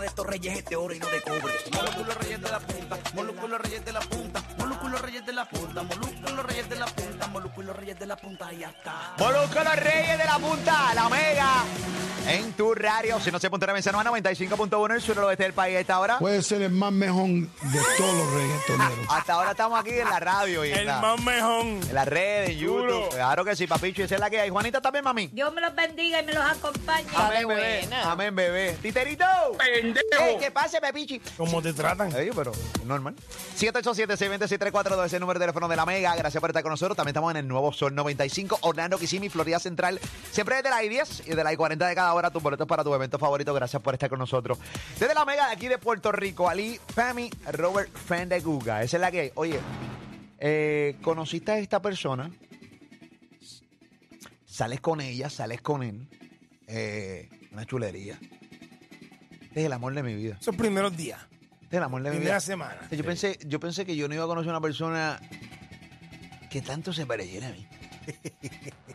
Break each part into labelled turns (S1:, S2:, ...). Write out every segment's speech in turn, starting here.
S1: de estos reyes es de oro y no de cobre. Molúsculo reyes de la punta, molúsculo reyes de la punta, molúsculo reyes de la punta, molúsculo reyes de la punta, molúsculo reyes de la punta y hasta.
S2: Molusco los Reyes de la Punta, la Mega. En tu radio, si no se punta Venezolana, 95.1 el sur oeste del país a esta hora.
S3: Puede ser el más mejor de todos los reggaetoneros.
S2: Hasta ahora estamos aquí en la radio y en,
S4: El
S2: la-
S4: más mejón.
S2: en las redes, en YouTube.
S4: Duro.
S2: Claro que sí, papicho, esa es la que hay. Juanita también, mami.
S5: Dios me los bendiga y me los acompañe.
S4: Ah.
S2: Amén, bebé. Amén, bebé. Titerito. Ey, ¿Qué pasa, papichi?
S4: ¿Cómo te tratan?
S2: Ey, pero normal. 787-626-342 es el número de teléfono de la Mega. Gracias por estar con nosotros. También estamos en el Nuevo Sol 95, Orlando, Kissimmee, Florida Central. Siempre desde las 10 y de las 40 de cada hora. Tus boletos para tu evento favorito. Gracias por estar con nosotros. Desde la Mega de aquí de Puerto Rico, Ali, Pami, Robert Fendeguga. Esa es la que hay. Oye, eh, conociste a esta persona. Sales con ella, sales con él. Eh, una chulería. Este es el amor de mi vida.
S4: Esos primeros días.
S2: Este es el amor de mi vida.
S4: Primera semana.
S2: Yo pensé, yo pensé que yo no iba a conocer una persona que tanto se pareciera a mí.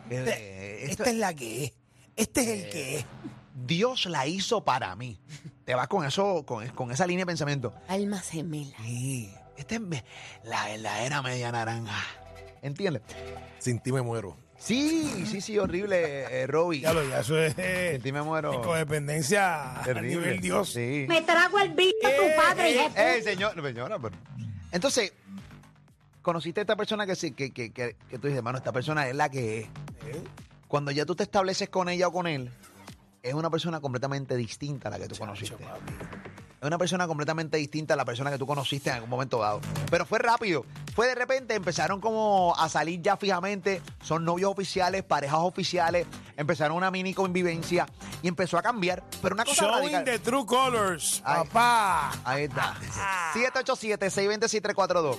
S2: Eh, esto-
S4: Esta es la que es. Este es el que es.
S2: Dios la hizo para mí. Te vas con eso, con, con esa línea de pensamiento.
S6: Almas gemelas.
S2: Sí, Esta es me- la verdadera media naranja. ¿Entiendes?
S4: Sin ti me muero.
S2: Sí, sí, sí, horrible, eh, Robbie.
S4: Ya lo, ya eso es.
S2: Sin ti me muero.
S4: Codependencia a
S2: Terrible.
S4: nivel Dios.
S2: Sí.
S5: Me trago el vino tu padre y
S2: Eh,
S5: jefe.
S2: eh, señor, no, señora, pero- Entonces, conociste a esta persona que, sí- que, que, que, que tú dices, hermano, esta persona es la que es. Cuando ya tú te estableces con ella o con él, es una persona completamente distinta a la que tú conociste. Es una persona completamente distinta a la persona que tú conociste en algún momento dado. Pero fue rápido. Fue de repente, empezaron como a salir ya fijamente. Son novios oficiales, parejas oficiales. Empezaron una mini convivencia y empezó a cambiar. Pero una cosa
S4: Showing
S2: radical.
S4: the true colors,
S2: Ay.
S4: papá.
S2: Ahí está.
S4: Ah.
S2: 787-620-6342.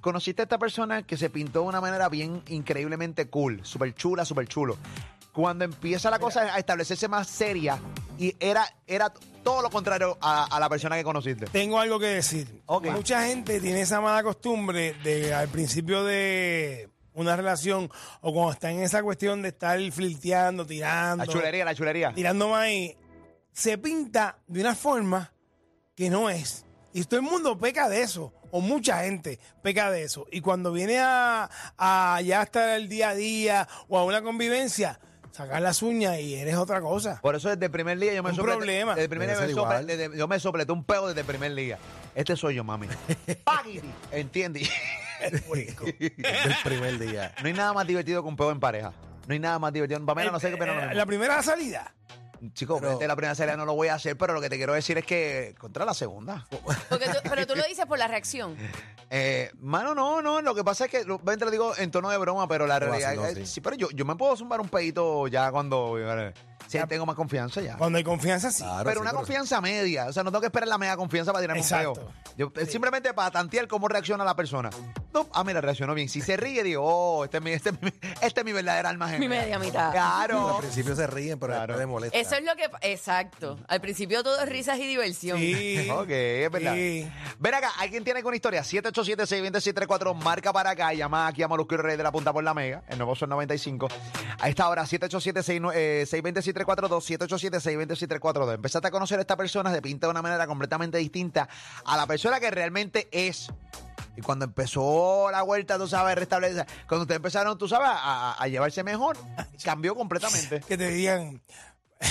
S2: Conociste a esta persona que se pintó de una manera bien increíblemente cool, súper chula, súper chulo. Cuando empieza la cosa a establecerse más seria, y era, era todo lo contrario a, a la persona que conociste.
S4: Tengo algo que decir.
S2: Ok.
S4: Mucha gente tiene esa mala costumbre de al principio de una relación o cuando está en esa cuestión de estar flirteando, tirando.
S2: La chulería, la chulería.
S4: tirando maíz, se pinta de una forma que no es. Y todo el mundo peca de eso, o mucha gente peca de eso. Y cuando viene a, a ya estar el día a día o a una convivencia, sacar las uñas y eres otra cosa.
S2: Por eso desde el primer día yo me
S4: Un
S2: soplé-
S4: problema.
S2: Desde el primer día
S3: Debe
S2: me
S3: ser
S2: soplé-
S3: igual.
S2: desde- yo me sopleté un peo desde el primer día. Este soy yo, mami. Págiti, ¿Entiendes?
S3: Del primer día.
S2: No hay nada más divertido que un peo en pareja. No hay nada más divertido. Pamela, no sé qué
S4: Eh,
S2: pero no, no, no.
S4: la primera salida.
S2: Chico,
S3: Pero-
S2: esta es la primera serie no lo voy a hacer, pero lo que te quiero decir es que contra la segunda.
S6: Porque tú- pero tú lo dices por la reacción.
S2: Eh, mano, no, no, lo que pasa es que, lo- ven, te lo digo en tono de broma, pero la
S3: Lo
S2: realidad
S3: vaciló,
S2: es-
S3: sí.
S2: sí, pero yo, yo me puedo zumbar un pedito ya cuando eh, si
S4: Ya.
S2: tengo más confianza ya.
S4: Cuando hay confianza, sí.
S3: Claro,
S2: pero
S3: sí,
S2: una confianza media, o sea, no tengo que esperar la media confianza para tirarme
S4: Exacto.
S2: un peo. Yo, eh, Simplemente para tantear cómo reacciona la persona. No, ah, mira, reaccionó bien. Si se ríe, digo, oh, este es mi, este es mi, este es mi verdadera alma
S6: Mi
S2: gemela.
S6: media mitad.
S2: Claro.
S3: Al principio se ríen, pero
S2: Claro.
S3: después les molesta.
S6: Eso es lo que. Exacto. Al principio todo es risas y diversión.
S4: Sí.
S2: Ok, es verdad.
S4: Sí.
S2: Ven acá, ¿alguien tiene alguna historia? 787-620-634, marca para acá, llama aquí a Molusco y Rey de la Punta por la Mega, el nuevo son 95. A esta hora, eh, 787-620-642, 787-620-642. Empezaste a conocer a esta persona, se pinta de una manera completamente distinta a la persona que realmente es. Y cuando empezó la vuelta, tú sabes, restablecer, cuando ustedes empezaron, tú sabes, a, a- a llevarse mejor, cambió completamente.
S4: Que te digan,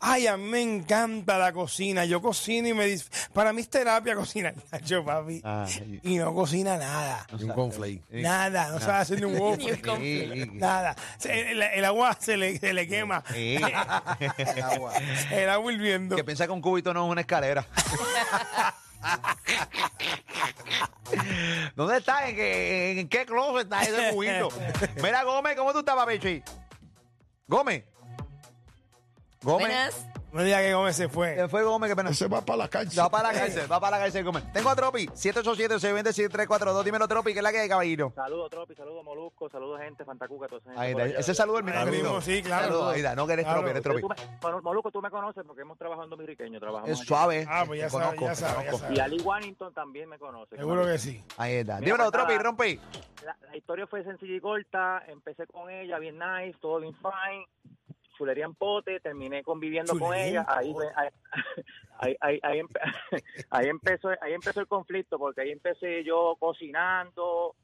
S4: Ay, a mí me encanta la cocina. Yo cocino y me dis- Para mí es terapia cocinar, Nacho, papi.
S2: Ay.
S4: Y no cocina nada.
S3: Y un conflake.
S4: Nada, no sabe hacer ni un huevo.
S6: Ni un conflicto.
S4: Nada. Se- El, el agua se le, se le quema.
S2: Sí.
S4: El agua hirviendo.
S2: que piensa que un cubito no es una escalera. ¿Dónde está? ¿En qué, en qué closet está ese cubito? Mira, Gómez, ¿cómo tú estás, papi? Gómez. Gómez.
S6: Buenas.
S4: No diga que Gómez se fue.
S2: Se fue Gómez, que pena.
S3: Ese va para la cárcel.
S2: Va para la cárcel, va para la cárcel, Gómez. Tengo a Tropi, 787-620-7342. Dímelo, Tropi, que es la que hay, caballero.
S7: Saludos, Tropi, saludos, Molusco, saludos, gente, Fantacuca, toda esa gente.
S2: Ahí
S7: por
S2: está.
S7: allá.
S2: Ese saludo es mi
S4: Ahí mismo, sí, claro.
S2: Saludos, ahí está. No, que eres
S4: Claro.
S2: Tropi, eres Tropi.
S7: Tú me- Mol- Molusco, tú me conoces porque hemos trabajado en Dominiqueño, trabajamos.
S2: Es
S7: aquí.
S2: suave.
S4: Ah, pues ya
S2: te
S4: sabe,
S2: conozco,
S4: ya
S2: te
S4: sabe, ya
S2: conozco.
S4: sabe.
S7: Y Ali Wannington también me conoce.
S4: Seguro que sí.
S2: Ahí está.
S7: Mira,
S2: Dímelo,
S7: pues nada.
S2: Tropi,
S4: ah,
S2: rompi.
S7: La, la historia fue sencilla y corta, empecé con ella, bien nice, todo bien fine, chulería en pote, terminé conviviendo con
S4: Chulería en
S7: ella, ahí, fue- ahí, ahí, ahí- ahí empe- ahí empezó, ahí empezó el conflicto, porque ahí empecé yo cocinando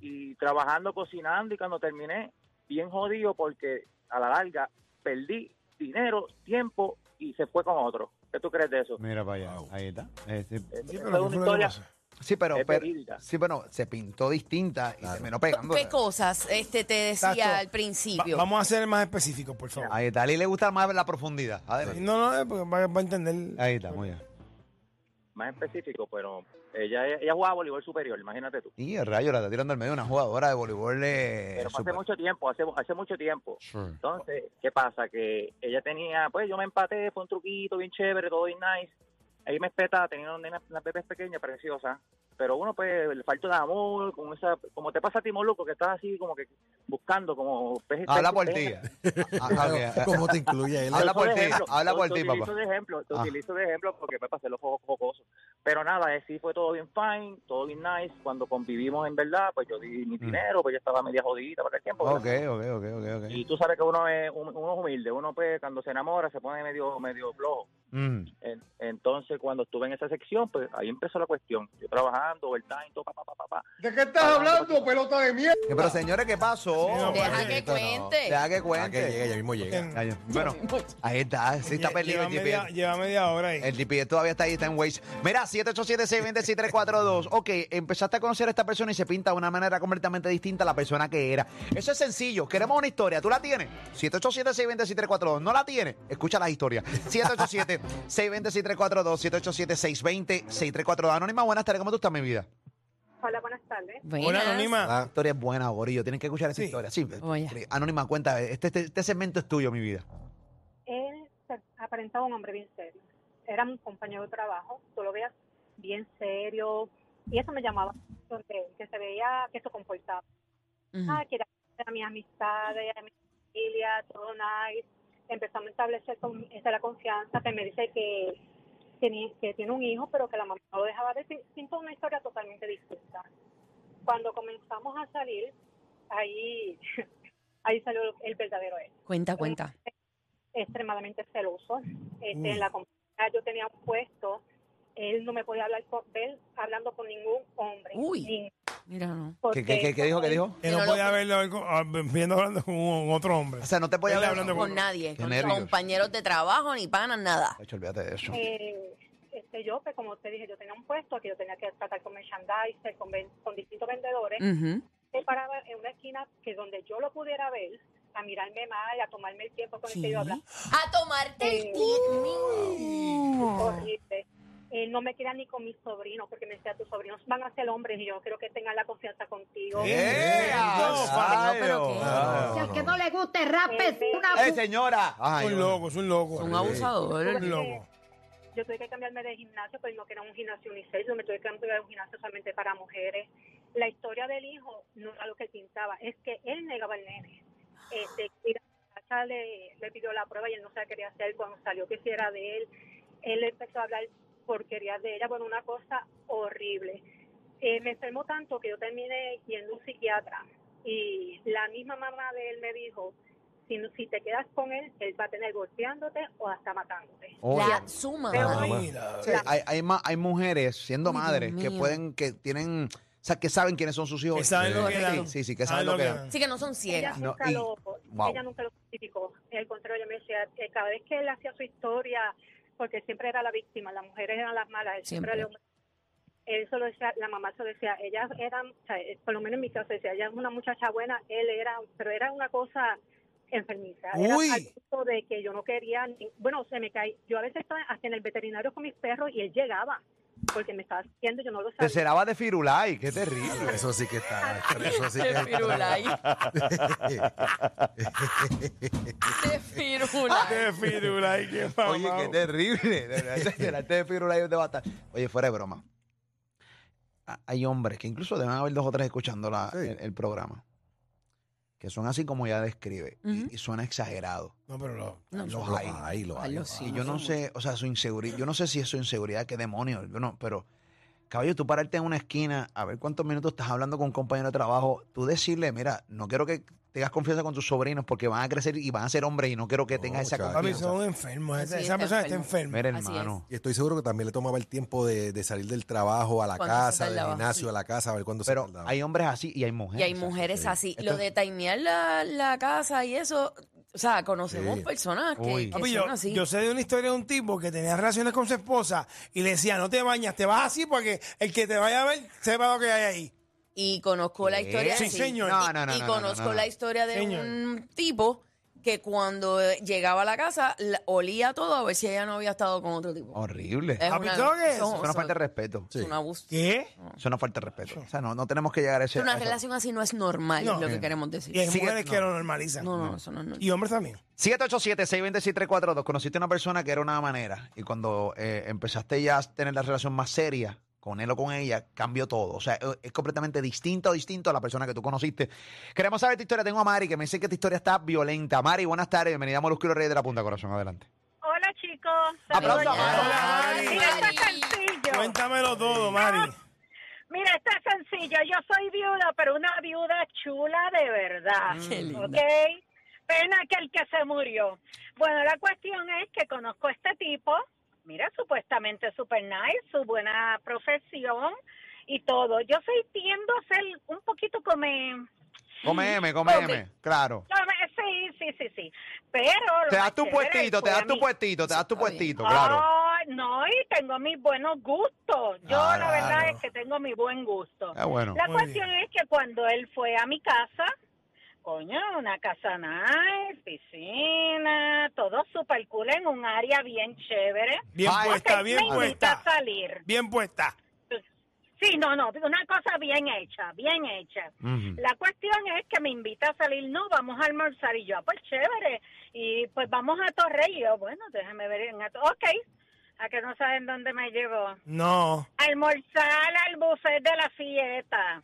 S7: y trabajando cocinando y cuando terminé, bien jodido porque a la larga perdí dinero, tiempo y se fue con otro. ¿Qué tú crees de eso?
S2: Mira para allá. Ahí está. Este,
S7: Esa
S4: Sí,
S7: es
S4: pero ¿qué
S7: una
S4: fue lo que
S7: historia
S4: pasó?
S2: Sí, pero,
S7: Es
S2: pero-
S7: verídica.
S2: sí, pero se pintó distinta y se terminó pegando.
S6: ¿Qué cosas este, te decía
S4: Exacto.
S6: al principio?
S4: Va- vamos a ser más específicos, por favor.
S2: Ahí está. A Lee le gusta más la profundidad. Adelante.
S4: No, no, eh, porque va, va a entender.
S2: Ahí está, muy bien.
S7: más específico, pero ella, ella jugaba voleibol superior, imagínate tú.
S2: Y el rayo la está tirando al medio una jugadora de voleibol. eh,
S7: Pero fue
S2: super-
S7: hace mucho tiempo, hace, hace mucho tiempo. Entonces, ¿qué pasa? Que ella tenía, pues yo me empaté, fue un truquito bien chévere, todo bien nice. Ahí me espetaba, tenía unas, unas bebés pequeñas, preciosas. Pero uno, pues, le falta de amor, con esa, como te pasa a ti, Moluco, que estás así como que buscando, como... pues, eh, peces
S2: Habla por ti. Ah, ok.
S3: ¿Cómo te incluye
S5: Ah,
S3: él?
S2: Habla por ti, habla
S7: te-
S2: por
S7: te
S2: ti,
S7: utilizo
S2: papá.
S7: de ejemplo, te
S2: Ah.
S7: utilizo de ejemplo porque me pasé los ojos jocosos. Pero nada, eh, sí fue todo bien fine, todo bien nice. Cuando convivimos en verdad, pues yo di mi dinero, pues yo estaba media jodida para el tiempo.
S2: Mm. Ok,
S7: ¿verdad?
S2: ok, ok, ok. ok.
S7: Y tú sabes que uno es, un- uno es humilde, uno pues cuando se enamora se pone medio, medio flojo.
S2: Mm.
S7: En- Entonces cuando estuve en esa sección, pues ahí empezó la cuestión. Yo trabajando, overtime, todo, pa, pa, pa, pa, pa.
S8: ¿De qué estás hablando, pelota de mierda?
S2: Que, Eh, Pero señores, ¿qué pasó?
S4: Sí, no,
S6: Deja que
S3: Esto no.
S6: cuente.
S2: Deja que
S3: Ah, que llega,
S2: cuente.
S3: ya mismo llega.
S4: En-
S2: Ahí- Bueno, ahí está. Sí, está
S4: Lle-
S2: perdido
S4: lleva,
S2: el
S4: media,
S2: GPS.
S4: lleva media hora ahí.
S2: El GPS todavía está ahí, está en Waze. Mira, 787-620-6342. Ok, empezaste a conocer a esta persona y se pinta de una manera completamente distinta a la persona que era. Eso es sencillo. Queremos una historia. ¿Tú la tienes? 787-620-6342. ¿No la tienes? Escucha las historias. 787-620-6342. 787-620-6342. Anónima, buenas tardes. ¿Cómo tú estás, mi vida?
S5: Hola, buenas tardes.
S4: Hola,
S6: Buenas.
S4: Anónima.
S2: La historia es buena, Gorillo. Tienen que escuchar esa
S4: Ah. Sí.
S2: historia. Sí. eh,
S6: Oye.
S2: Anónima, cuenta. Este, este- este segmento es tuyo, mi vida.
S5: Él se aparentaba un hombre bien serio. Era un compañero de trabajo, tú lo veas bien serio. Y eso me llamaba, la atención de él, que se veía que se comportaba.
S6: Ujú.
S5: Ah, que era a mis amistades, a mi familia, todo nice. Empezamos a establecer con, esa la confianza, que me dice que tiene, que tiene un hijo, pero que la mamá no lo dejaba de Siento una historia totalmente distinta. Cuando comenzamos a salir, ahí, ahí salió el verdadero él.
S6: Cuenta, cuenta.
S5: extremadamente celoso. Este,
S4: Uy.
S5: en la compañía yo tenía un puesto, él no me podía hablar con él hablando con ningún hombre.
S6: Uy.
S5: Ni-
S6: Mira, no.
S2: ¿Qué, qué- qué- qué dijo? ¿Qué dijo?
S4: Que
S6: no
S4: no
S6: lo-
S4: podía verlo hoy con- ah, viendo hablando con un- con otro hombre.
S2: O sea, no te voy a
S4: Él
S2: hablar.
S4: hablando
S6: Con nadie.
S2: Qué
S6: Con
S2: nervios.
S6: compañeros de trabajo, ni panas, nada.
S2: Chacho, olvídate de eso.
S5: Eh, este, yo, pues, como te dije, yo tenía un puesto que yo tenía que tratar con merchandiser, con, ven- con distintos vendedores.
S6: Ujú.
S5: Él paraba en una esquina que donde yo lo pudiera ver, a mirarme mal, a tomarme el tiempo con el que yo hablaba.
S6: A tomarte el
S5: Eh,
S6: tiempo.
S5: horrible. Él no me quería ni con mis sobrinos, porque me decía, tus sobrinos van a ser hombres y yo quiero que tengan la confianza contigo.
S2: ¡Eh!
S4: No,
S6: pa- no, pero
S2: Ayo.
S6: qué-
S2: Ah,
S5: Si al que no le guste, rape una
S2: ¡Eh, señora! Ay,
S4: Es un loco, es un loco.
S6: Un abusador.
S4: Un loco.
S5: yo tuve que cambiarme de gimnasio, pues no que era un gimnasio unisex, yo me tuve que cambiar de un gimnasio solamente para mujeres. La historia del hijo no era lo que pintaba, es que él negaba al nene. Este, y la muchacha le, le pidió la prueba y él no se la quería hacer, cuando salió que si era de él, él empezó a hablar porquerías de ella, bueno, una cosa horrible. Eh, me enfermó tanto que yo terminé yendo a un psiquiatra y la misma mamá de él me dijo, si, no- si te quedas con él, él va a tener golpeándote o hasta matándote.
S2: oye.
S6: La suma.
S5: Pero-
S2: Ah, bueno.
S4: Mira.
S2: Sí, hay, hay, ma- hay mujeres siendo
S6: Ay, Dios
S2: madres que
S6: mío.
S2: pueden, que tienen, o sea, que saben quiénes son sus hijos.
S4: Que saben lo
S2: Sí,
S4: que eran.
S2: Sí, sí, que saben lo que eran.
S4: eran.
S6: Sí que no son ciegas.
S5: Ella nunca
S2: y-
S5: lo,
S2: wow.
S5: ella nunca lo justificó. público. Al contrario, me decía que cada vez que él hacía su historia, porque siempre era la víctima, las mujeres eran las malas, él siempre,
S9: Siempre.
S5: le- él solo decía, la mamá se lo decía, ellas eran, o sea, eh, por lo menos en mi caso decía, ella es una muchacha buena, él era, pero era una cosa enfermiza. Era
S4: Uy.
S5: al punto de que yo no quería, ni- bueno, se me caí. Yo a veces estaba hasta en el veterinario con mis perros y él llegaba, porque me estaba haciendo, yo no lo
S2: Te
S5: sabía.
S2: ceraba de firulay, qué terrible.
S3: Eso sí que está. Eso sí que
S6: De
S3: está.
S6: firulai. De
S3: Ah,
S6: firula.
S4: De Firulay, qué
S2: Oye,
S4: mamá.
S2: qué terrible. De verdad, Delante de firulay yo te va a estar. Oye, fuera de broma. Ha- Hay hombres que incluso deben haber dos o tres escuchando la-
S3: Sí.
S2: el, el programa. Que son así como ya describe. y- y, suena exagerado.
S4: No, pero lo-
S6: No,
S3: Los
S2: Los hay.
S3: hay, los hay.
S6: Ay, lo
S3: los hay.
S6: sí,
S2: Y yo no
S6: son
S2: sé, o sea, su inseguridad. Yo no sé si es su inseguridad, qué demonios. Yo no, pero, caballo, tú pararte en una esquina, a ver cuántos minutos estás hablando con un compañero de trabajo, tú decirle, mira, no quiero que tengas confianza con tus sobrinos porque van a crecer y van a ser hombres y no quiero que
S3: No,
S2: tengas esa
S3: chacho.
S4: Papi,
S2: confianza.
S4: son enfermos. Esa,
S6: Así
S4: esa
S6: está
S4: persona
S6: enfermo.
S4: está enferma.
S2: Mira,
S6: Así
S2: hermano.
S3: Y estoy seguro que también le tomaba el tiempo de, de salir del trabajo a la
S6: ¿Cuánto se
S3: casa, del
S6: tardaba?
S3: gimnasio
S6: Sí.
S3: a la casa, a ver cuándo se
S2: Pero
S3: tardaba.
S2: hay hombres así y hay mujeres.
S6: Y hay
S2: así.
S6: mujeres
S3: sí.
S6: así. Lo
S2: Esto-
S6: de timear la, la casa y eso, o sea, conocemos
S3: Sí.
S6: personas que,
S2: Uy.
S6: que
S4: Papi,
S6: son
S4: yo,
S6: así.
S4: yo sé de una historia de un tipo que tenía relaciones con su esposa y le decía, no te bañas, te vas así porque el que te vaya a ver sepa lo que hay ahí.
S6: Y conozco la
S2: ¿Qué?
S6: historia.
S4: Sí,
S6: así.
S4: señor.
S6: Y,
S2: No, no, no,
S6: y
S2: no, no,
S6: conozco
S2: no, no.
S6: la historia de
S4: Señor.
S6: un tipo que cuando eh, llegaba a la casa la- olía todo a ver si ella no había estado con otro tipo.
S2: Horrible.
S6: Es
S2: Eso
S4: Ah,
S6: una-
S4: ¿pero qué es? Eso
S6: son-
S2: es una
S6: son-
S2: falta de respeto.
S6: es un abuso.
S4: ¿Qué?
S2: Eso es una falta de respeto. O sea, no, no tenemos que llegar a ese.
S6: Una
S2: a esa-
S6: relación así no es normal,
S4: No.
S6: es lo que queremos decir.
S4: Y hay
S2: Sí,
S4: mujeres
S2: no.
S4: que lo normalizan.
S6: No, no, eso no es normal.
S4: Y hombres también.
S2: 787-626-342. Conociste a una persona que era una manera y cuando eh, empezaste ya a tener la relación más seria con él o con ella, cambió todo. O sea, eh, es completamente distinto o distinto a la persona que tú conociste. Queremos saber tu historia. Tengo a Mari que me dice que tu historia está violenta. Mari, buenas tardes. Bienvenida a Molusquero Reyes de la Punta Corazón. Adelante.
S5: Hola chicos.
S2: Aplauso a
S5: Saludos.
S2: Mari.
S4: Hola, Mari.
S5: Mira, esto es sencillo.
S4: Cuéntamelo todo, Mari.
S5: Mira, esto es sencillo. Yo soy viuda, pero una viuda chula de verdad.
S6: Mm, Qué linda.
S5: ¿Ok? Pena que el que se murió. Bueno, la cuestión es que conozco a este tipo. Mira, supuestamente super nice, su buena profesión y todo. Yo soy tiendo a ser un poquito como...
S2: Come M, come
S5: Ok.
S2: M. Claro.
S5: Sí, sí, sí, sí. Pero... lo
S2: Te
S5: más
S2: das tu
S5: chévere
S2: puestito, te
S5: fue a
S2: das tu
S5: mí.
S2: puestito, te das tu
S6: Está bien.
S2: puestito, claro.
S5: Ay, no, y tengo mis buenos gustos. Yo la
S4: Claro.
S5: verdad es que tengo mi buen gusto.
S2: Ah, bueno.
S5: La
S4: Muy
S5: cuestión es que cuando él fue a mi casa, coño, una casa nice, piscina, todo super cool en un área bien chévere.
S4: Bien
S2: Ay.
S4: puesta,
S5: Ok,
S4: bien
S5: me invita
S4: puesta.
S5: a salir.
S4: Bien puesta.
S5: Sí, no, no, una cosa bien hecha, bien hecha.
S2: Ujú.
S5: La cuestión es que me invita a salir, no, vamos a almorzar y yo, ah, pues chévere, y pues vamos a Torrey, y yo, bueno, déjame ver en Ato- ok, a que no saben dónde me llevó, a
S4: No.
S5: almorzar al buffet de la fiesta,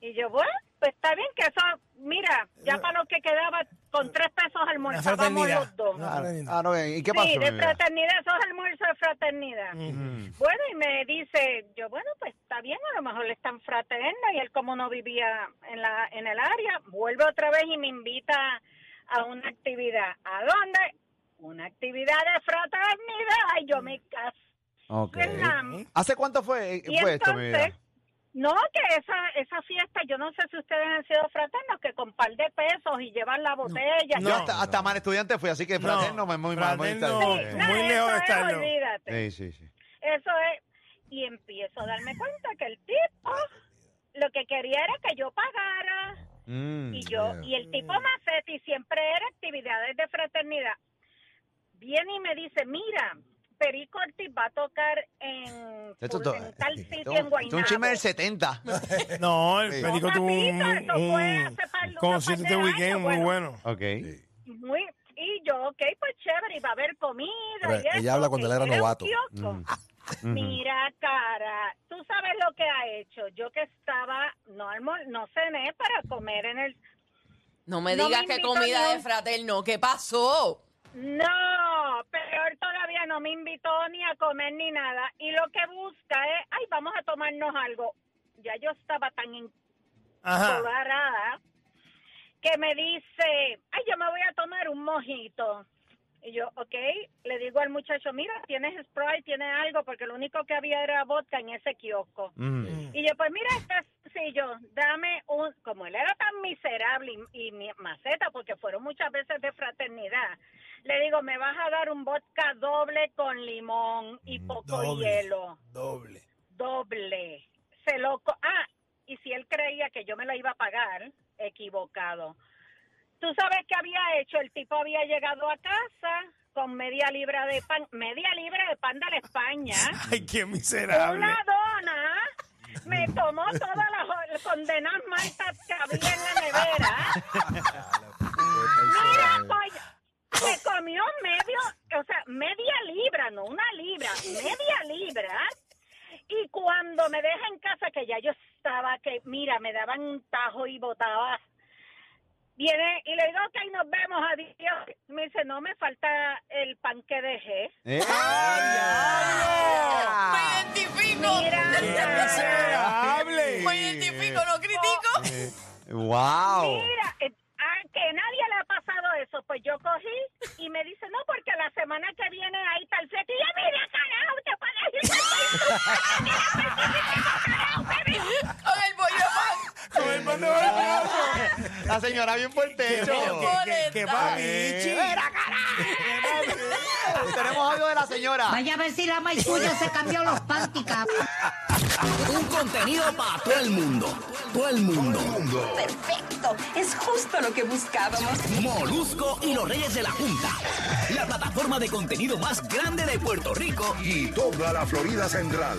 S5: y yo, bueno, pues está bien que eso, mira, ya para lo que quedaba, con tres pesos
S4: Una
S5: almorzábamos
S4: fraternidad.
S5: los dos.
S4: Una fraternidad.
S2: Ah, no, ¿Y qué pasó?
S5: sí,
S2: mi
S5: de
S2: vida?
S5: fraternidad, eso es almuerzo de
S4: Ah,
S5: fraternidad.
S4: mm.
S2: Ujú.
S5: Bueno, y me dice, yo, bueno, pues está bien, a lo mejor es tan fraterna y él como no vivía en, la, en el área, vuelve otra vez y me invita a una actividad. ¿A dónde? Una actividad de fraternidad. Ay, yo me caso.
S2: Ok.
S5: Vietnam.
S2: ¿Hace cuánto fue,
S5: Y
S2: fue esto, mi vida?
S5: entonces, no, que esa, esa fiesta, yo no sé si ustedes han sido fraternos, que con par de pesos y llevan la botella.
S2: Yo
S4: No,
S2: hasta, hasta mal estudiante fui, así que
S4: No,
S2: fraterno me muy mal. muy
S4: fraterno,
S2: tarde.
S4: muy lejos de
S5: eso es,
S4: estarlo.
S5: olvídate.
S2: Sí, sí, sí.
S5: Eso es. Y empiezo a darme cuenta que el tipo lo que quería era que yo pagara.
S2: Mm.
S5: Y yo,
S3: yeah.
S5: y el tipo Macetti siempre era actividades de fraternidad. Viene y me dice, mira, Perico Ortiz va a tocar en,
S2: Esto es todo-
S5: en tal sitio en
S2: Esto es un chisme
S5: Guaynabo.
S2: del 70.
S4: No, el
S3: Sí.
S4: perico tuvo un,
S5: Mamita, eso fue
S4: un
S5: hace par de-
S4: concierto
S5: unos par
S4: de
S5: de
S4: weekend
S5: años,
S4: muy
S5: bueno.
S4: bueno.
S2: ok.
S5: Muy, y yo, ok, pues chévere, y va a haber comida.
S3: Pero
S5: y
S3: ella
S5: esto,
S3: habla cuando
S5: que
S3: él era
S5: un
S3: novato.
S5: kiosco.
S2: Mm.
S5: Mira, cara, tú sabes lo que ha hecho. Yo que estaba, no, almor- no cené para comer en el...
S6: No me
S5: No me
S6: digas que
S5: invitó
S6: comida
S5: ni
S6: de
S5: un-
S6: fraterno. ¿Qué pasó?
S5: No, peor todavía, no me invitó ni a comer ni nada. Y lo que busca es, ay, vamos a tomarnos algo. Ya yo estaba tan
S4: Ajá.
S5: encolarada que me dice, ay, yo me voy a tomar un mojito. Y yo, ok, le digo al muchacho, mira, tienes Sprite, tienes algo, porque lo único que había era vodka en ese kiosco.
S2: Mm.
S5: Y yo, pues mira, este sencillo, dame un, como él era tan miserable y, y mi maceta, porque fueron muchas veces de fraternidad, dijo, me vas a dar un vodka doble con
S2: Mm,
S5: limón y poco
S4: doble.
S5: hielo.
S4: Doble.
S5: Doble. Se lo... co- Ah, y si él creía que yo me la iba a pagar, equivocado. Tú sabes qué había hecho. El tipo había llegado a casa con media libra de pan. Media libra de pan de la España.
S4: Ay, qué miserable.
S5: Una dona. Me tomó todas las condenadas maltas que había en la nevera. Mira, pues, se comió medio, o sea, media libra, no una libra, media libra. Y cuando me deja en casa, que ya yo estaba, que mira, me daban un tajo y botaba. Viene y le digo, ok, nos vemos, adiós. Me dice, no me falta el pan que dejé.
S2: ¿Eh?
S6: ¡Me identifico!
S4: ¡Qué miserable!
S6: ¡Me identifico, no critico!
S2: ¡Wow!
S5: Mira, eh, a que nadie le ha pasado eso, pues yo cogí y me dice, no, porque la semana que viene hay tal fiesta. Y yo, mira, carajo, te pagas el
S4: Ah,
S6: ¡Con el bollo de pan!
S4: Con el pan de barbacoa.
S2: La señora bien por el techo.
S4: ¡Qué- eh? ¡Qué papichi! eh?
S2: Tenemos audio de la señora.
S10: Vaya a ver si la maizcuya se cambió los pánticas.
S3: Un contenido para todo el mundo. Todo el mundo.
S11: Perfecto, es justo lo que buscábamos.
S3: Molusco y los Reyes de la Punta. La plataforma de contenido más grande de Puerto Rico.
S12: y toda la Florida Central.